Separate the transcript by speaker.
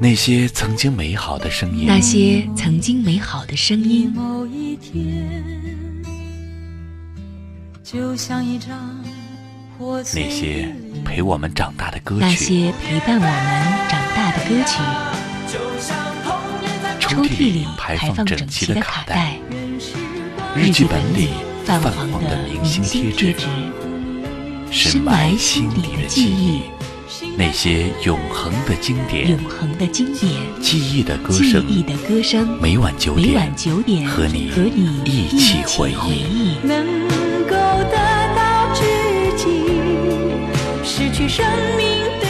Speaker 1: 那些曾经美好的声音，
Speaker 2: 那些曾经美好的声音，
Speaker 3: 某一天，就像一张破碎
Speaker 1: 那些
Speaker 3: 的脸
Speaker 1: 陪我们长大的歌
Speaker 2: 那
Speaker 1: 曲，
Speaker 2: 些陪伴我们长大的歌曲，
Speaker 1: 抽
Speaker 2: 抽
Speaker 1: 屉
Speaker 2: 屉里
Speaker 1: 里排
Speaker 2: 排
Speaker 1: 放
Speaker 2: 整
Speaker 1: 整齐
Speaker 2: 齐
Speaker 1: 的
Speaker 2: 的
Speaker 1: 卡
Speaker 2: 卡
Speaker 1: 带，
Speaker 2: 带，
Speaker 3: 人是光
Speaker 1: 日记本里
Speaker 2: 泛
Speaker 1: 泛
Speaker 2: 黄
Speaker 1: 黄
Speaker 2: 的
Speaker 1: 的明
Speaker 2: 明
Speaker 1: 星
Speaker 2: 星
Speaker 1: 贴
Speaker 2: 贴
Speaker 1: 纸，
Speaker 2: 纸，
Speaker 1: 深埋心底的记忆，那些永恒的经典
Speaker 2: 永，恒的经典，
Speaker 1: 记忆的歌
Speaker 2: 记
Speaker 1: 声，
Speaker 2: 忆的歌声。
Speaker 1: 每晚九
Speaker 2: 每晚
Speaker 1: 点，
Speaker 2: 九点
Speaker 1: 和你
Speaker 2: 和你
Speaker 1: 一起回忆
Speaker 2: 忆。
Speaker 3: 能够得到知己，失去生命